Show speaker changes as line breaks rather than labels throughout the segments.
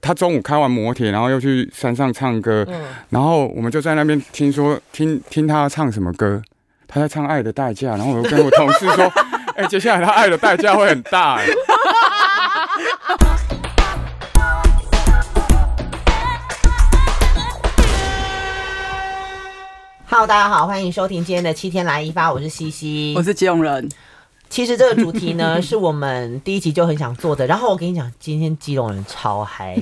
他中午开完摩铁，然后又去山上唱歌，然后我们就在那边听说听听他唱什么歌，他在唱《爱的代价》，然后我就跟我同事说，哎、接下来他《爱的代价》会很大、哎
，Hello，大家好，欢迎收听今天的七天来一发，我是西西，
我是基 隆人，
其实这个主题 呢，是我们第一集就很想做的。然后我跟你讲，今天基隆人超 嗨。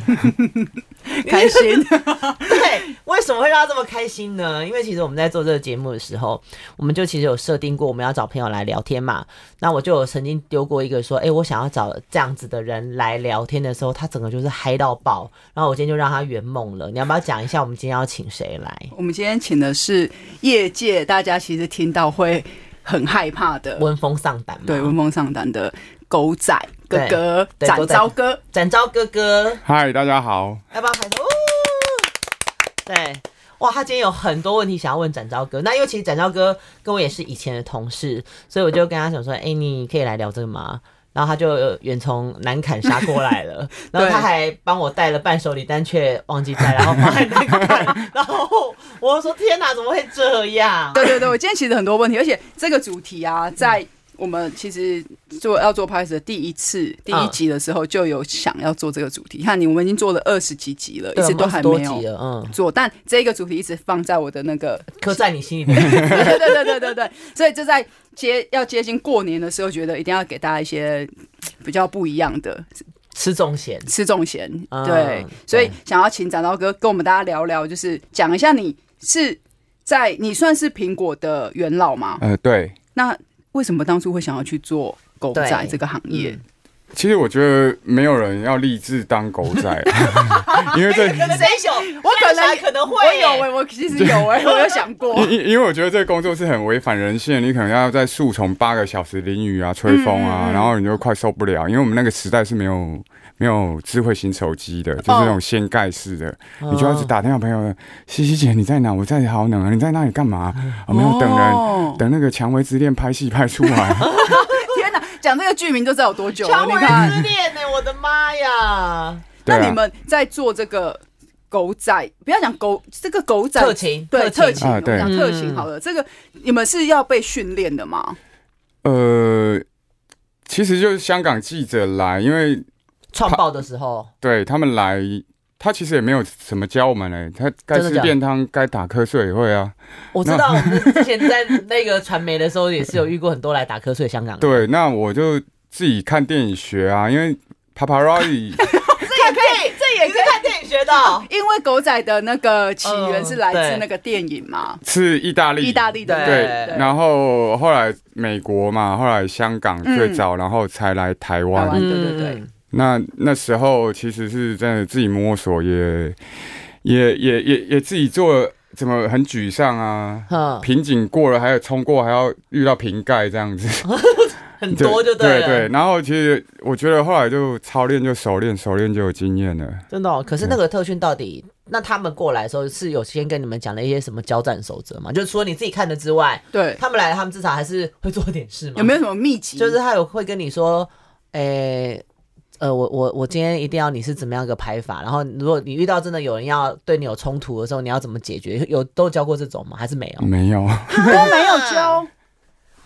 开心。
对，为什么会让他这么开心呢？因为其实我们在做这个节目的时候，我们就其实有设定过我们要找朋友来聊天嘛。那我就有曾经丢过一个说，哎、我想要找这样子的人来聊天的时候，他整个就是嗨到爆。然后我今天就让他圆梦了。你要不要讲一下我们今天要请谁来？
我们今天请的是业界大家其实听到会很害怕的，
闻风丧胆嘛，
对闻风丧胆的狗仔哥
对
哥
对
展
狗仔
昭 哥，
展昭哥哥，
嗨，大家好，
要不要拍手？呜对，哇，他今天有很多问题想要问展昭哥。那因为其实展昭哥跟我也是以前的同事，所以我就跟他讲说：“哎、你可以来聊这个吗？”然后他就远从南坎杀过来了，然后他还帮我带了伴手礼，但却忘记带，然后放在南坎。然后我就说：“天哪，怎么会这样
对对对，我今天其实很多问题，而且这个主题啊，在我们其实做要做 p o d 的第一次第一集的时候就有想要做这个主题，看你我们已经做了二十几集了，？”一
对
直
我
都
们
还
多
没
集
有
了，嗯，
做，但这个主题一直放在我的那个
刻在你心里的。
对对对对对对，所以就在接要接近过年的时候，觉得一定要给大家一些比较不一样的
吃重咸，
吃重咸，
嗯
对
对，
所以想要请展昭哥跟我们大家聊聊，就是讲一下你是在你算是苹果的元老吗？
呃，对，
那为什么当初会想要去做狗仔
对
这个行业
嗯？
其实我觉得没有人要立志当狗仔，啊 因为这
可能这一宿我
我可能
可能会
我有
耶
哎、我其实有哎、我有想 过，
因因因为我觉得这个工作是很违反人性的，你可能要在树丛八个小时淋雨啊、吹风啊，然后你就快受不了。因为我们那个时代是没有没有智慧型手机的，就是那种掀盖式的，你就要一直打电话朋友，西西姐你在哪？我在好冷啊，你在那里干嘛？ 我没有等人。
哦
等那个《蔷薇之恋》拍戏拍出来，
天哪，讲这个剧名就知道有多久了。
蔷
你
薇
看，
之恋呢、我的妈呀！
对
那
啊
你，们在做这个狗仔，不要讲狗，这个狗仔
特勤
对
特
特
勤
勤，
啊
我们讲
对
特勤好了。这个你们是要被训练的吗？
呃，其实就是香港记者来，因为
创爆的时候，
对他们来，他其实也没有什么教我们嘞、他该
真的
吃
假的
便当，该打瞌睡也会啊。
我知 道我们之前在那个传媒的时候，也是有遇过很多来打瞌睡香港人。
对，那我就自己看电影学啊，因为 paparazzi
这也可以，这也可以看电影学到。
因为狗仔的那个起源是来
哦
嗯对
自那个电影嘛，
是意大利，
意大利的
对
对
对，
然后后来美国嘛，后来香港
嗯
最早，然后才来台湾。
台湾对对对
嗯，
那那时候其实是真的自己摸索，也也也也也自己做，怎么很沮丧啊。
哼，
瓶颈过了，还有冲过，还要遇到瓶盖这样子，
很多就
对
了。
对。然后其实我觉得后来就操练就熟练，熟练就有经验了。
真的、哦。可是那个特训到底，那他们过来的时候是有先跟你们讲了一些什么交战守则嘛？就除了你自己看的之外，
对，
他们来，他们至少还是会做点事嘛？
有没有什么秘籍？
就是他有会跟你说，诶、呃，我我我今天一定要你是怎么样一个排法，然后如果你遇到真的有人要对你有冲突的时候，你要怎么解决？有都教过这种吗？还是没有？
没有，
都 没有
哦
教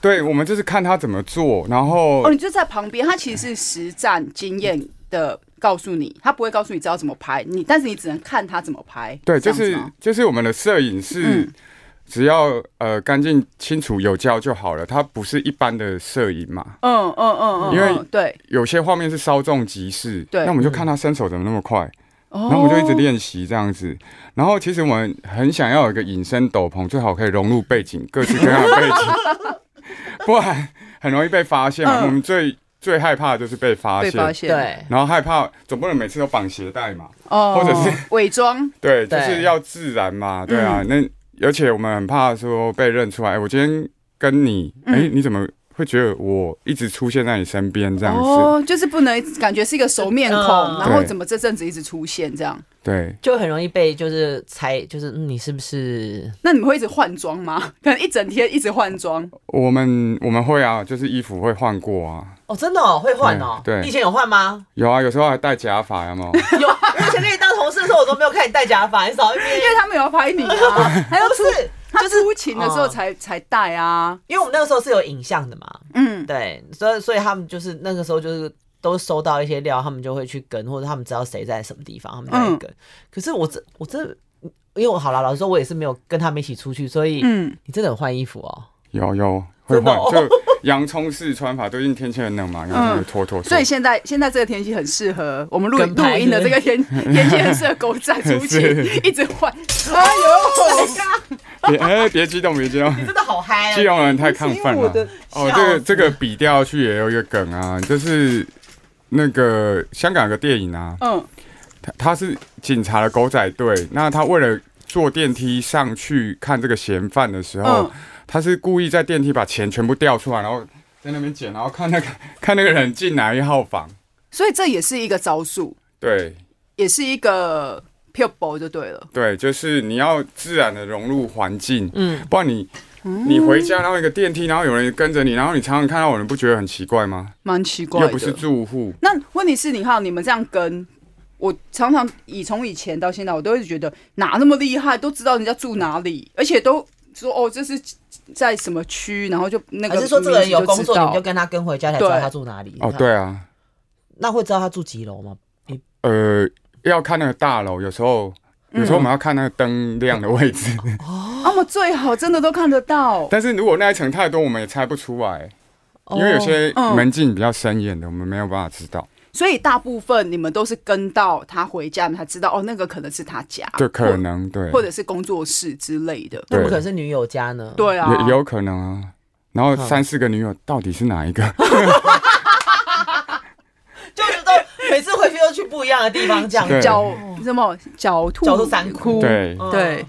对，我们就是看他怎么做，然后
哦，你就在旁边，他其实是实战经验的告诉你，他不会告诉你知道怎么拍，你但是你只能看他怎么拍。
对，就
这样子
是
吗
就是我们的摄影是
嗯
只要呃干净清楚有胶就好了，它不是一般的摄影嘛。
嗯嗯嗯嗯，
因为
嗯对，
有些画面是稍纵即逝，
对哦
那我们就看他伸手怎么那么快，
然
然后我们就一直练习这样子。然后其实我们很想要有一个隐身斗篷，最好可以融入背景，各式各样的背景， 不然很容易被发现嘛。
嗯
我们最最害怕的就是被发
被
现，
发现，，
对，
然后害怕总不能每次都绑鞋带嘛。
哦，
或者是
伪装，
对，就
对嗯
是要自然嘛，对啊。那而且我们很怕说被认出来，哎我今天跟你，哎、
嗯
你怎么会觉得我一直出现在你身边这样子？
哦，就是不能感觉是一个熟面孔，
嗯
然后
对
怎么这阵子一直出现这样？
对，
就很容易被就是猜，就是、嗯你是不是？
那你们会一直换装吗？ 可能一整天一直换装，
我们我们会啊，就是衣服会换过啊，
哦，真的哦，会换哦。
对对
你以前有换吗？
有啊，有时候还戴假发，有没有？
有，我以前那看你戴假发，你少一边
因。为他们有要拍你 啊，还 要
不
出
是，
他
就是
出勤的时候
嗯
才才戴啊，
因为我们那个时候是有影像的嘛，
嗯，
对，所以所以他们就是那个时候就是都收到一些料，他们就会去跟，或者他们知道谁在什么地方，他们就
嗯
会跟。可是我这我这，因为我好了，老实说，我也是没有跟他们一起出去，所以
嗯，
你真的很换衣服哦。
有有会
真的
换，
哦嗯
就洋葱式穿法。最近天气很冷嘛，然后就脱脱脱。
所以现在现在这个天气很适合我们录
跟拍
录音的这个天 天气很适合狗仔出勤
是，
一直换。哎呦，
别 哎别激动，别 激动。
真的好嗨啊
哦
基！隆人太亢奋
因为我的
了。哦，
笑
这个
死
这个比掉去也有一个梗啊，就是那个香港有个电影啊，
嗯，
他他是警察的狗仔队，那他为了坐电梯上去看这个嫌犯的时候，
嗯
他是故意在电梯把钱全部调出来，然后在那边捡，然后看那个 看那个人进哪一号房。
所以这也是一个招数，
对
也是一个 people 就对了。
对，就是你要自然的融入环境，
嗯，
不然你你回家，然后一个电梯，然后有人跟着你，然后你常常看到有人，不觉得很奇怪吗？
蛮奇怪
又
的。
不是住户，
那问题是，你看你们这样跟，我常常以从以前到现在，我都会觉得哪那么厉害，都知道人家住哪里，而且都说哦，这是在什么区，然后就那个
还是说这个人有
名
工
字就
作，
知
你
道
们就跟他跟回家才知道
对
他住哪里？
哦，对啊，
那会知道他住几楼吗？
呃，要看那个大楼，有时候有时候我
嗯
们要看那个灯亮的位置，
啊，我最好真的都看得到。
但是如果那一层太多，我们也猜不出来，因为有些
哦嗯
门禁比较深眼的，我们没有办法知道。
所以大部分你们都是跟到他回家，才知道哦，那个可能是他家，
就可能对
啊或，或者是工作室之类的。
那
对
不可能是女友家呢。，
对啊，
也也有可能啊。然后
嗯
三四个女友到底是哪一
嗯
个？
就是都每次回去都去不一样的地方这样。
对
狡什么狡兔
狡兔三窟
窟，
对
嗯
对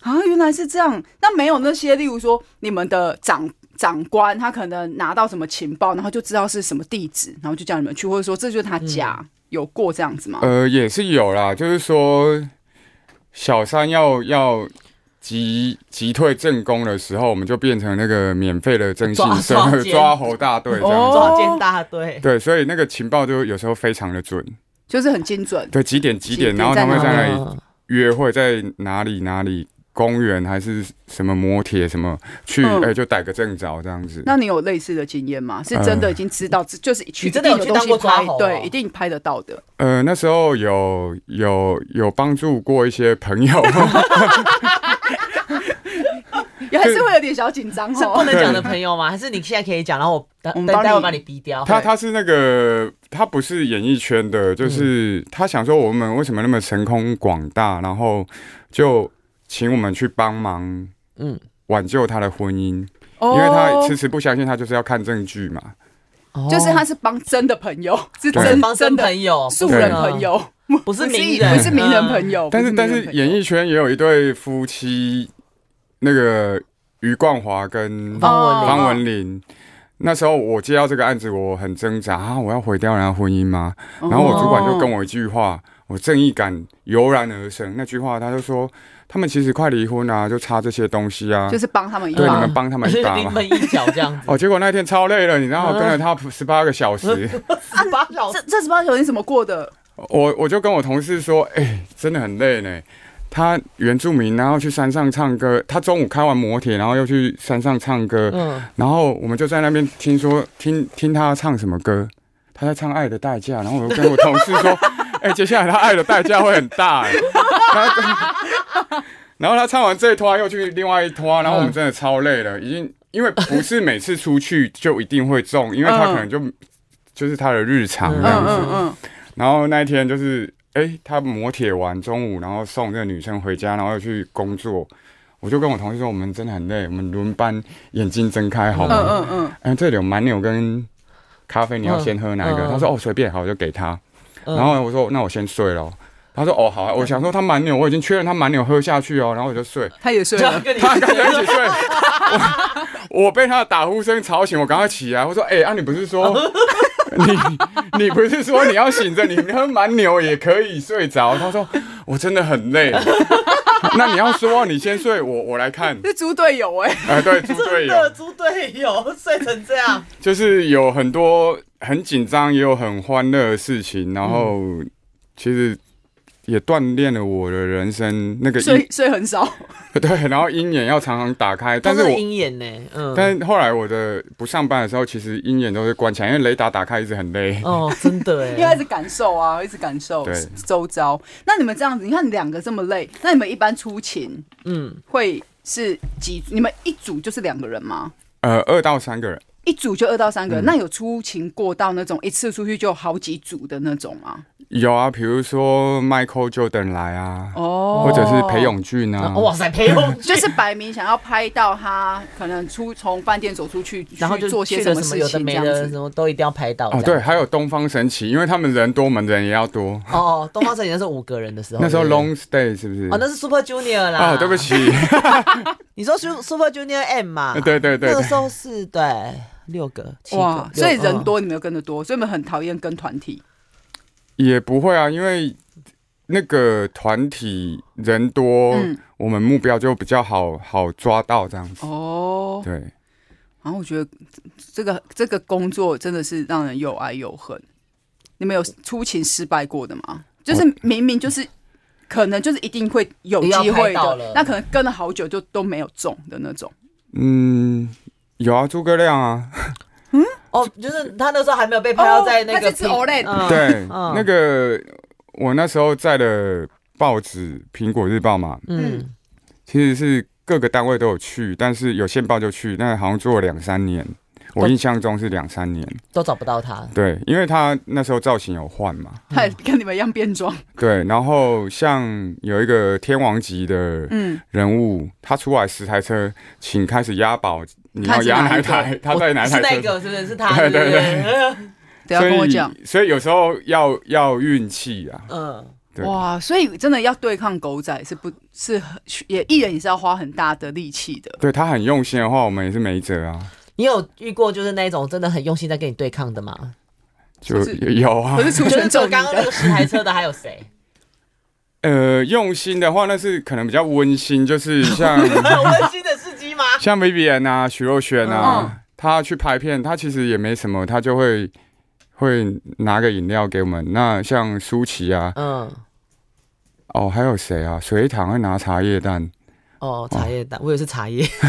啊，原来是这样。那没有那些，例如说你们的长长官，他可能拿到什么情报，然后就知道是什么地址，然后就叫你们去，或者说这就
嗯
是他家，有过这样子吗？
呃，也是有啦，就是说小三要要急急退正宫的时候，我们就变成那个免费的征信社
抓抓 奸
抓猴大队这样子。
哦
抓奸大队。
对，所以那个情报就有时候非常的准。
就是很精准。
对，几点几
几
点，
点
然后他们
在
在
哪
那
里
嗯
里约会，在哪里哪里公园还是什么摩铁什么去，哎、
嗯
就逮个正着这样子。
那你有类似的经验吗？是真
呃
的已经知道，这就是去
你真的有
一定
去
东
当
西
过抓
拍
猴哦，
对，一定拍得到的。
呃，那时候有有有帮助过一些朋 友，
也还是会有点小紧张
是不
哦。
能讲的朋友吗？还 是你现在可以讲，然后我
我
等
们
待
帮你
待会把你逼掉？
他他是那个他不是演艺圈的，
嗯
就是他想说我们为什么那么神通广大，然后就请我们去帮忙
嗯，
挽救他的婚姻，
哦
因为他迟迟不相信，他就是要看证据嘛。
就是他是帮真的朋友，是
对
真
帮真
真的
朋友，
素人朋，友，
不
不
是
是
名人，嗯
不是名人朋
友。
友。
但
哦不
是但
名
是
人朋友
演艺圈也有一对夫妻，那个余冠华
哦
跟
方文
方
琳
文琳。那时候我接到这个案子，我很挣扎啊，我要毁掉人家婚姻吗？
哦
然后我主管就跟我一句话，我正义感油然而生。那句话他就说，他们其实快离婚啦、就差这些东西啊，
就是帮他们一
对你
把
们，帮他们 一把
临
嘛。
门一脚这样子，
哦，结果那天超累了，你知
啊
道，我跟了他十八个小时，
十八小
这这十八小时怎么过的？
我我就跟我同事说，哎、真的很累呢。他原住民，然后去山上唱歌。他中午开完摩铁，然后又去山上唱歌。
嗯，
然后我们就在那边听说听听他唱什么歌，他在唱《爱的代价》。然后我就跟我同事说， 哎、接下来他《爱的代价》会很大、哎然后然后他唱完这一拖又去另外一拖，然后我
嗯
们真的超累了，已经因为不是每次出去就一定会中，因为他可能就就是他的日常这样
嗯
子。
嗯嗯，
然后那一天就是，哎、他磨铁完中午，然后送这个女生回家，然后又去工作。我就跟我同事说，我们真的很累，我们轮班，眼睛睁开好
嗯
吗？
嗯嗯，
嗯、这里有蛮牛跟咖啡，你要
嗯
先喝哪一个？
嗯
他说哦，随便，好，我就给他。
嗯
然后我说那我先睡了。他说哦好啊，我想说他蛮牛，我已经确认他蛮牛喝下去哦，然后我就睡。
他也睡
就要
了。
跟你
他跟他一起睡，我 我被他的打呼声吵醒，我赶快起来，我说：“哎、啊，你不是说 你你不是说你要醒着，你喝蛮牛也可以睡着？”他说：“我真的很累。” 那你要说你先睡，我我来看。
是猪队友哎、
哎、对，猪队
真
友
的猪队友睡成这样，
就是有很
嗯
多很紧张，也有很欢乐的事情，然后其实也锻炼了我的人生那个
睡
阴
睡很少，
对，然后鹰眼要常常打开，
他
但是我
鹰眼呢，嗯，
但后来我的不上班的时候，其实鹰眼都是关起来，因为雷达打开一直很累。
哦，真的
因为一
哎，
直感受啊，一直感受
对
周遭。那你们这样子，你看你两个这么累，那你们一般出勤
嗯，
会是几？你们一组就是两个人吗？
呃，二到三个人，
一组就二到三个
嗯
人，那有出勤过到那种一次出去就好几组的那种吗？
有啊，比如说 Michael Jordan 来啊，
哦
或者是裴，勇俊啊，
哦哇塞，裴勇俊
就是 摆明想要拍到他可能出从饭店走出去，
然后
去
就
做些
去了
么
什么
事
有的
情这
没
样
的，
子。
什么都一定要拍到。
哦
这
对，
样
还有东方神起，因为他们人多，我们人也要多。
哦，东方神起那是五个人的时候，
那时候
对不对
long stay 是不是？
哦，那是 Super Junior 啦。
啊，对不，起，
你说 Su- Super Junior M 嘛？
呃对对对
那个
对
时候是对六个，七个
哇，
六
所以
嗯
人多，你们又跟的多，所以你们很讨厌跟团体。
也不会啊，因为那个团体人多，
嗯
我们目标就比较好好抓到这样子。
哦，
对，
然后我觉得这个这个工作真的是让人又爱又恨。你们有出勤失败过的吗？就是明明就是可能就是一定会有机
要拍
会
到
的
了，
那可能跟了好久就都没有中的那种。
嗯，有啊，诸葛亮啊，
哦，就是他那时候还没有被拍到在那
哦那
个
是指 OLED
嗯
对，
嗯
那个我那时候在的报纸《苹果日报》嘛，
嗯，
其实是各个单位都有去，但是有线报就去，那好像做了两三年，我
对
印象中是两三年。
都找不到他。
对，因为他那时候造型有换嘛，
嗯
他也跟你们一样变 装，
对，然后像有一个天王级的
嗯，
人物，他出来十台车，请开始押宝，你
看
要
是
押
哪
哪
一
一
个
台？ 他在哪一
是
台
那
车？
个，是不是是他？
对对
对
对
对。
等一下跟我讲
所。以，所以有时候要要运气啊。
嗯，
对
哇，所以真的要对抗狗仔是不是很也艺人也是要花很大的力气的。
对他很用心的话，我们也是没辙啊，
你有遇过就是那种真的很用心在跟你对抗的 吗？
就
就是
有啊
可。是出
哦 就
拳
是
揍
走
你
刚刚那
的
个十台车的还有 谁？
呃，用心的话，那是可能比较温馨，就是 像
温馨的司机吗？
像 Vivian 啊、徐若瑄
嗯
啊，他去拍片，他其实也没什么，他就会会拿个饮料给我们。那像舒淇啊，
嗯，
哦，还有谁啊？隋唐会拿茶叶蛋，
哦，茶叶蛋，我以为是茶叶。 我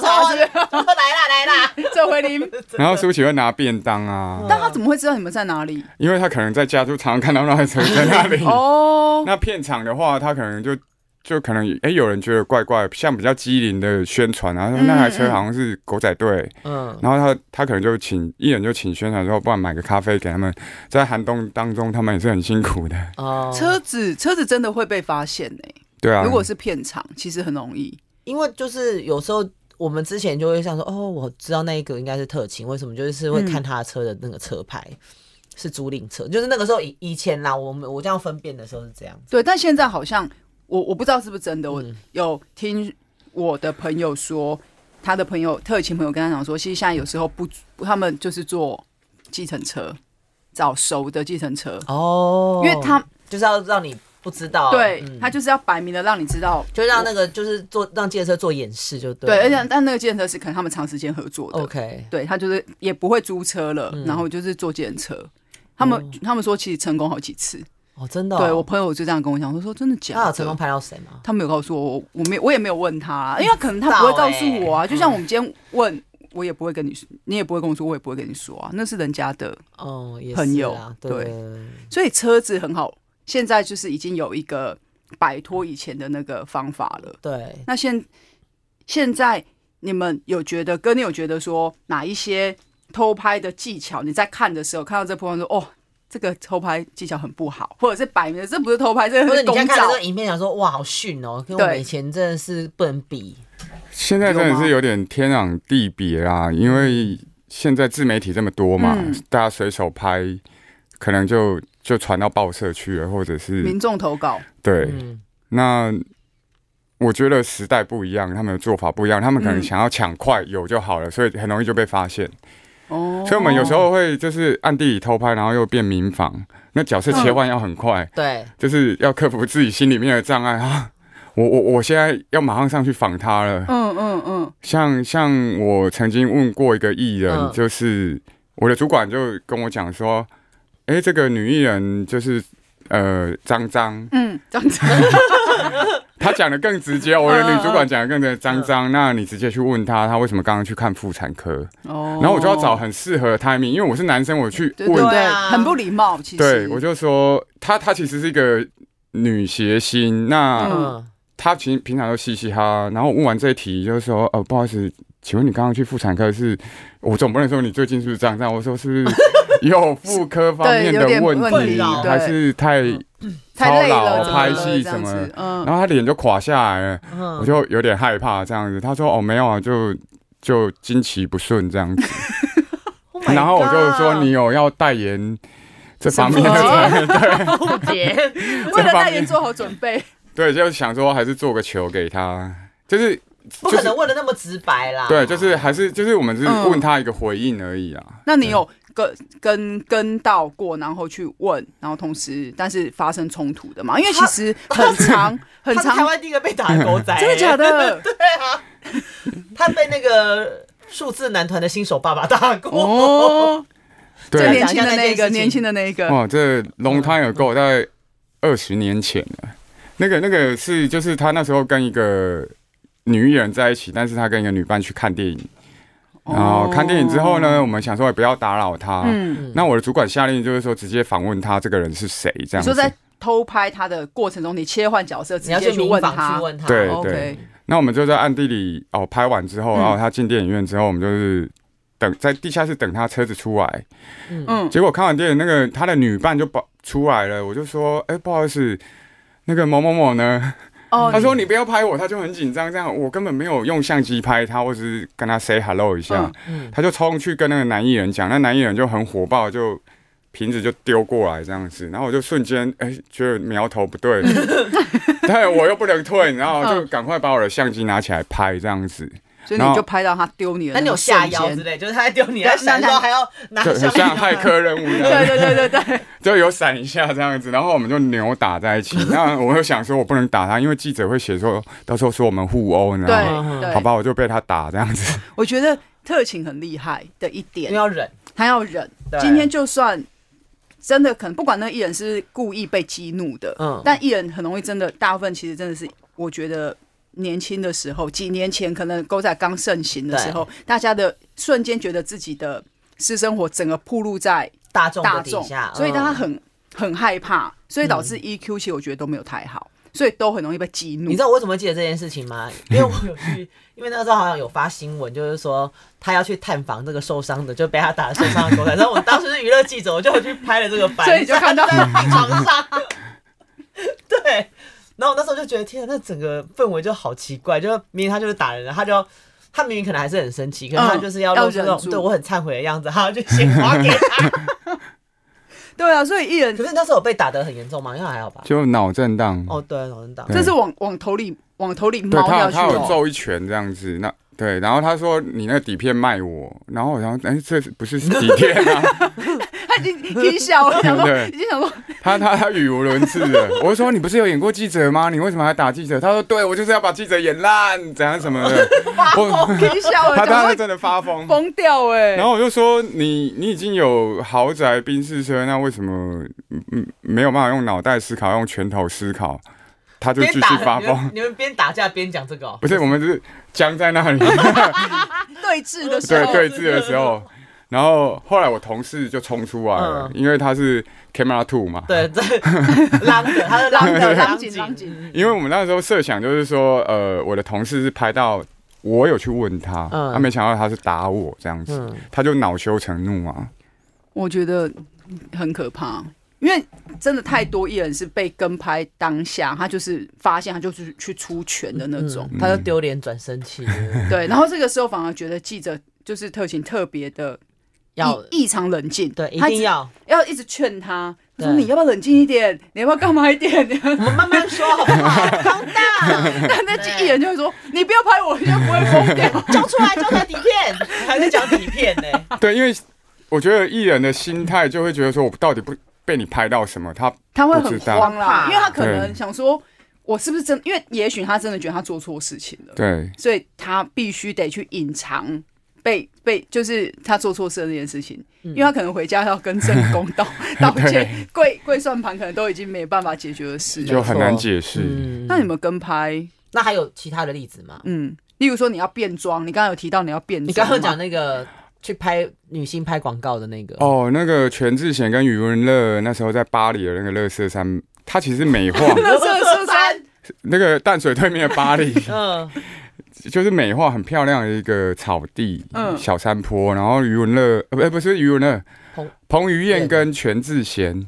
想 说，哦来啦来啦，
啊这回林，
然后舒淇会拿便当啊，
但他怎么会知道你们在哪里？
因为他可能在家就常常看到那台车在那里。
嗯
哦，
那片场的话，他可能就就可能哎、诶有人觉得怪怪，像比较机灵的宣传啊，
嗯
说那台车好像是狗仔队，
嗯，
然后他他可能就请艺人就请宣传说，不然买个咖啡给他们，在寒冬当中他们也是很辛苦的，
哦，
车子车子真的会被发现呢、
对啊。
如果是片场，其实很容易。
因为就是有时候我们之前就会想说，哦，我知道那一个应该是特勤，为什么？就是会
嗯
看他的车的那个车牌、是租赁车，就是那个时候以以前啦，我们我这样分辨的时候是这样。
对，但现在好像我我不知道是不是真的，我
嗯
有听我的朋友说，他的朋友特勤朋友跟他讲说，其实现在有时候不，他们就是坐计程车，找熟的计程车，
哦
因为他
就是要让你不知道，
对
嗯
他就是要摆明的让你知道。
就让那个就是做让借车做演示就对
对，
了。
而且但那个计程车是可能他们长时间合作的，
OK，
对他就是也不会租车了，然后就是坐计程车。他们、
嗯哦
他们说其实成功好几次，
哦，真的哦、
对我朋友就这样跟我讲，我说真的假
他
的？
有成功拍到谁吗？
他没有告诉我，我我没有我也没有问他啊，因为可能他不会
欸
告诉我啊。就
嗯
像我们今天问，我也不会跟你，你也不会跟我说，我也不会跟你说啊，那是人家的。
哦，也是
朋友
啊，
对
对
所以车子很好，现在就是已经有一个摆脱以前的那个方法了。
对，
那现现在你们有觉得，跟你有觉得说哪一些偷拍的技巧？你在看的时候看到这破案说，哦，这个偷拍技巧很不好，或者是摆明的这不是偷拍，这
或者
个是
你在
公
看
照
了这。个影片，想说哇，好逊哦，跟我
对
们以前真的是不能比。
现在真的是有点天壤地别啦，因为现在自媒体这么多嘛，
嗯
大家随手拍，可能就就传到报社去了，或者是
民众投稿，
对。
嗯，
那我觉得时代不一样，他们的做法不一样，他们可能
嗯
想要抢快有就好了，所以很容易就被发现。
哦，
所以我们有时候会就是暗地里偷拍，然后又变民房，那角色切换
嗯
要很快，
对，
就是要克服自己心里面的障碍啊。 我我我现在要马上上去访他了，
嗯嗯嗯，
像像我曾经问过一个艺人，
嗯
就是我的主管就跟我讲说，哎、这个女艺人就是呃张张，
嗯，这 样子，
他讲的更直接，我的女主管讲的更直接，张
嗯
张，那你直接去问他，他为什么刚刚去看妇产科？
哦
然后我就要找很适合的 timing，因为我是男生，我去
对对
问，
对啊
很不礼貌，其实，
对我就说他他其实是一个女谐星，那
嗯，
他平平常都嘻嘻哈，哈，然后我问完这一题就是说，呃，不好意思，请问你刚刚去妇呃产科是？我总不能说你最近是不是这样这样，我说是不是有妇科方面
对有
的
点
问
问啊
题，
题
还
对
是太？
太累
操
了，
劳啊
怎
拍
了
戏
这样
什么
子 嗯，
然后他脸就垮下来了，我就有点害怕这样子。他说哦没有啊，就就经期不顺这样子。
Oh my
然后我就
God
说你有要代言这方面
什么
的产品，
不解，
为了代言做好准备，
对，就想说还是做个球给他，就是
不
就
可
是
能问的那么直白啦。
对，就是还是就是我们是
嗯
问他一个回应而已啊。
那你有跟跟跟到过，然后去问，然后同时但是发生冲突的嘛？因为其实很长很
他是台
长，
湾第一个被打的狗仔、
真的假？的？
对啊，他被那个数字男团的新手爸爸打过。
哦，最
对
年，轻的那
讲一下
个，
那件事情
年轻的那 个，
哇，这 long time ago 在二十年前了。那个那个是就是他那时候跟一个女艺人在一起，但是他跟一个女伴去看电影。然后看电影之后呢，我们想说也不要打扰他。
哦嗯，
那我的主管下令就是说，直接访问他这个人是谁，这样
你
子
说。在偷拍他的过程中，你切换角色，直
你要
接
去
去
民
问
房
他哦
去，问他，
对
OK，
那我们就在暗地里哦，拍完之后，
嗯
然后他进电影院之后，我们就是等在地下室等他车子出来。
嗯，
结果看完电影，那个他的女伴就跑出来了，我就说，哎、不好意思。那个某某某呢？
哦，
他说你不要拍我，他就很紧张，这样我根本没有用相机拍他，我只是跟他 say hello 一下，
嗯
他就冲去跟那个男艺人讲，那男艺人就很火爆，就瓶子就丢过来这样子，然后我就瞬间哎、觉得苗头不 对，但我又不能退，然后
嗯
就赶快把我的相机拿起来拍这样子，
所以
然
你
后
就拍到他丢你的
那你有
个
下
瞬间，
腰之类，就是他在丢你，
对
他闪
那那
光还要
啊
拿
就很像骇客任务一
对
样，
对对对对，
就有闪一下这样子，然后我们就扭打在一起。那我又想说，我不能打他，因为记者会写说，到时候说我们互殴，你知道吗？
对 对
好吧，我就被他打这样子。
我觉得特勤很厉害的一
因
点
为，要忍。
他要忍。
对
今天就算真的可能，不管那艺人是故意被激怒的，
嗯
但艺人很容易真的，大部分其实真的是，我觉得年轻的时候，几年前可能狗仔刚盛行的时候，大家的瞬间觉得自己的私生活整个暴露在
大众的
大
底
众
下，，
所以大家
嗯
很很害怕，所以导致 EQ 其实我觉得都没有太好，所以都很容易被激怒
你知。道我为什么会记得这件事情 吗？因为我有去，因为那个时候好像有发新闻，就是说他要去探访这个受伤的，就被他打的受伤的狗 仔。然后我当时是娱乐记者，我就去拍了这个版，
所以你就看到嗯
在病床上， 对。然后我那时候就觉得，天啊，那整个氛围就好奇怪，就是明明他就是打人了，他就他明明可能还是很生气，可是他
嗯
就是要
要
露出那
忍
种
住
对我很忏悔的样子，他就先划给他。
对啊，所以艺人
可是那时候我被打得很严重吗？应该还好吧。
就脑震荡。
哦，对，老人打。
对
这是往往头里往头里
对
猫
他
掉去
他有
哦。
揍一拳这样子，那对，然后他说你那个底片卖我，然后我想说，哎、这不是底片啊，
他已经已经笑了，想 说
对
已经想说，
他他他语无伦次的。我就说你不是有演过记者吗？你为什么还打记者？他说对，我就是要把记者演烂，怎样什么的。我
已经笑了，
他
想
当
说
时真的发疯。
疯掉哎、
然后我就说你你已经有豪宅、宾士车，那为什么嗯嗯没有办法用脑袋思考，用拳头思考？他就继
边
续
打
发
你们
疯。
你们边打架边讲这个、哦。
不是，我们是僵在那里。
对峙的时
对
候，
对峙的时候，然后后来我同事就冲出来了，
嗯
因为他是 camera two 嘛。
对，这浪的，他是浪
狼
的
的
浪
狼景狼
狼
景，
因为我们那时候设想就是说，呃，我的同事是拍到我有去问他，他、
嗯
没想到他是打我这样子，
嗯
他就恼羞成怒啊。
我觉得很可怕，因为真的太多艺人是被跟拍当下，他就是发现他就是去出拳的那种，
嗯
他就丢脸转生气，
对，然后这个时候反而觉得记者就是特勤特别的
要
异异常冷静，
对，一
他
定
只
要
要一直劝他，他说
对
你要不要冷静一点，你要不要干嘛一点，
我们慢慢说好不好？放大，
但那艺人就会说你不要拍我，你就不会疯 掉。
揪出来，揪出来底片， 还在讲底片 呢，
对，因为我觉得艺人的心态就会觉得说，我到底不被你拍到什么？他
他会很慌啦，
不知道
因为他可能想说，我是不是真？因为也许他真的觉得他做错事情了，
对
所以他必须得去隐藏被被就是他做错事的那件事情，
嗯
因为他可能回家要跟正宫 道道歉，跪跪算盘可能都已经没办法解决的事。
就很难解释。
嗯，
那你们跟拍，
那还有其他的例子吗？
嗯，例如说你要变装，你刚刚有提到你要变装
你
嘛，
刚刚讲那个去拍女星拍广告的那个，
哦，那个全智贤跟余文乐那时候在巴黎的那个乐色山，他其实美 化
乐色色山，
那个淡水对面的巴黎，
嗯，
就是美化很漂亮的一个草地，
嗯
小山坡。然后余文乐，呃，不不是余文乐
彭，
彭于晏跟全智贤，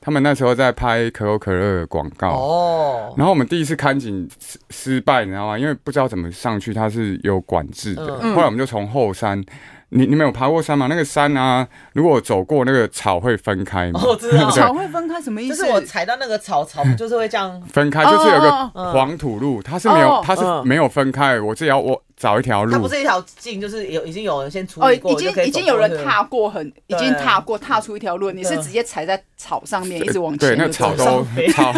他们那时候在拍可口可乐的广告。
哦，
然后我们第一次看景失失败，你知道吗？因为不知道怎么上去，它是有管制的。
嗯
后来我们就从后山，你你们有爬过山吗？那个山啊，如果走过那个草会分开嘛，
哦我知道
对
草会分开什么 意
就是
思？
我踩到那个草草，就是会这样，
分开就是有
哦
个
哦
哦
黄土路，它是没有
哦，
它是没有分开。我自己要我找一条
它不
路，
是一条径，就是有已经有人先处
嗯哦，
理过，
已
就
经
可以
已
走
经有
过
人
去
踏过很，已经
对
踏过踏出一条路，你是
对
直接踩在草上面一直往
对，
前
那
的
草
走
上
都
飞
草，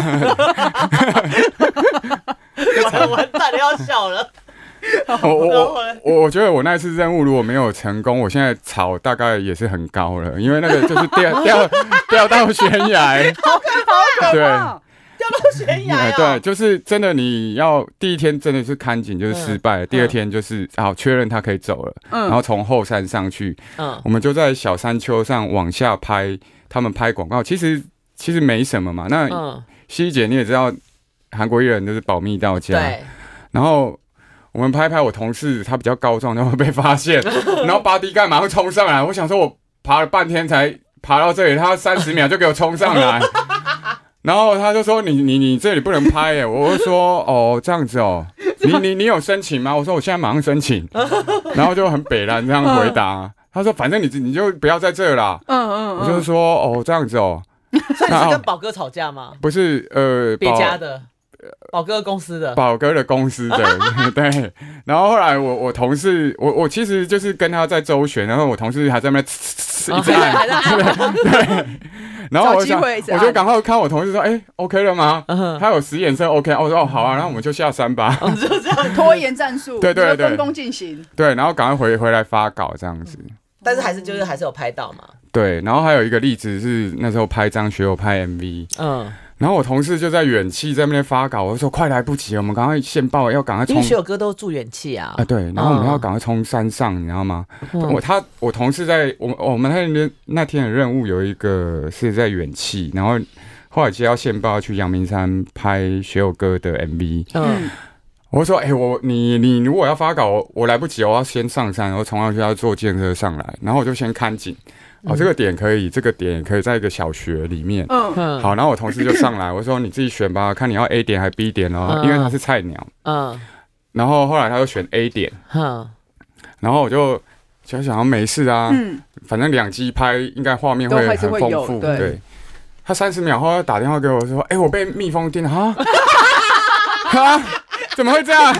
了， 完蛋了，要笑了，
我
哦
我
然后
我
后来
我我觉得我那次任务如果没有成功，我现在草大概也是很高了，因为那个就是掉掉掉到悬崖。
好可怕！
掉到悬崖
哎
嗯
哦，
对，就是真的，你要第一天真的是看景就是失败，第二天就是好确认他可以走了，
嗯
然后从后山上去，
嗯，
我们就在小山丘上往下拍，他们拍广告，其实其实没什么嘛。那
嗯，
希姐你也知道，韩国艺人就是保密到
啊
家，
对，
然后。我们拍拍我同事，他比较高壮，然后被发 现，然后拔低盖马上冲上来。我想说，我爬了半天才爬到这里，他三十秒就给我冲上 来，然后他就说：“你你你这里不能拍耶！”我就说：“哦，这样子哦，你你你有申请吗？”我说：“我现在马上申 请。”然后就很北然这样回
嗯
答。他说：“反正你你就不要在这啦。”
嗯嗯
我就
嗯，
说：“哦，这样子哦，
所以你
然
是
后
跟宝哥吵架吗？
不是呃，
别
宝
家的，宝哥公司 的，
宝哥的公司的 对，然后后来我我同事我我其实就是跟他在周旋，然后我同事还在那边呲呲呲一直 按，
还在还在，
然后我
啊找机
想
会一直
我就
按
赶快看我同事说，哎，OK 了吗？
嗯
他有使眼色 OK，哦我说哦好
嗯
啊，然后我们就下山吧，
就 这样，
拖延战术，
对对
你就
对
分工进行。
对，然后赶快回回来发稿这样子，
但是还是就是还是有拍到嘛，
对，然后还有一个例子是那时候拍张学友拍 MV，
嗯，
然后我同事就在远气在那边发稿，我就说快来不及了，我们赶快线报，要赶快
因
冲
为学友哥都住远气啊
啊，，对，然后我们
嗯
要赶快冲山上，你知道吗？
嗯
我他我同事在我们我们那天那天的任务有一个是在远气，然后后来接到线报要去阳明山拍学友哥的 MV，
嗯
嗯，
我说哎、我你你如果要发稿，我我来不及，我要先上山，然后冲上去要坐电车上来，然后我就先看景，哦
嗯
这个点可以，这个点也可以在一个小学里面。
嗯
嗯，
好，然后我同事就上来，我说你自己选吧，看你要 A 点还 B 点哦，
嗯
因为他是菜鸟。
嗯，
然后后来他就选 A 点，
哼，
然后我就想想没事啊，
嗯，
反正两机拍应该画面
都
会
还
很
是会
丰
有
富，
对
对。他三十秒后要打电话给我说：“哎、我被蜜蜂叮了啊！哈，怎么会这样？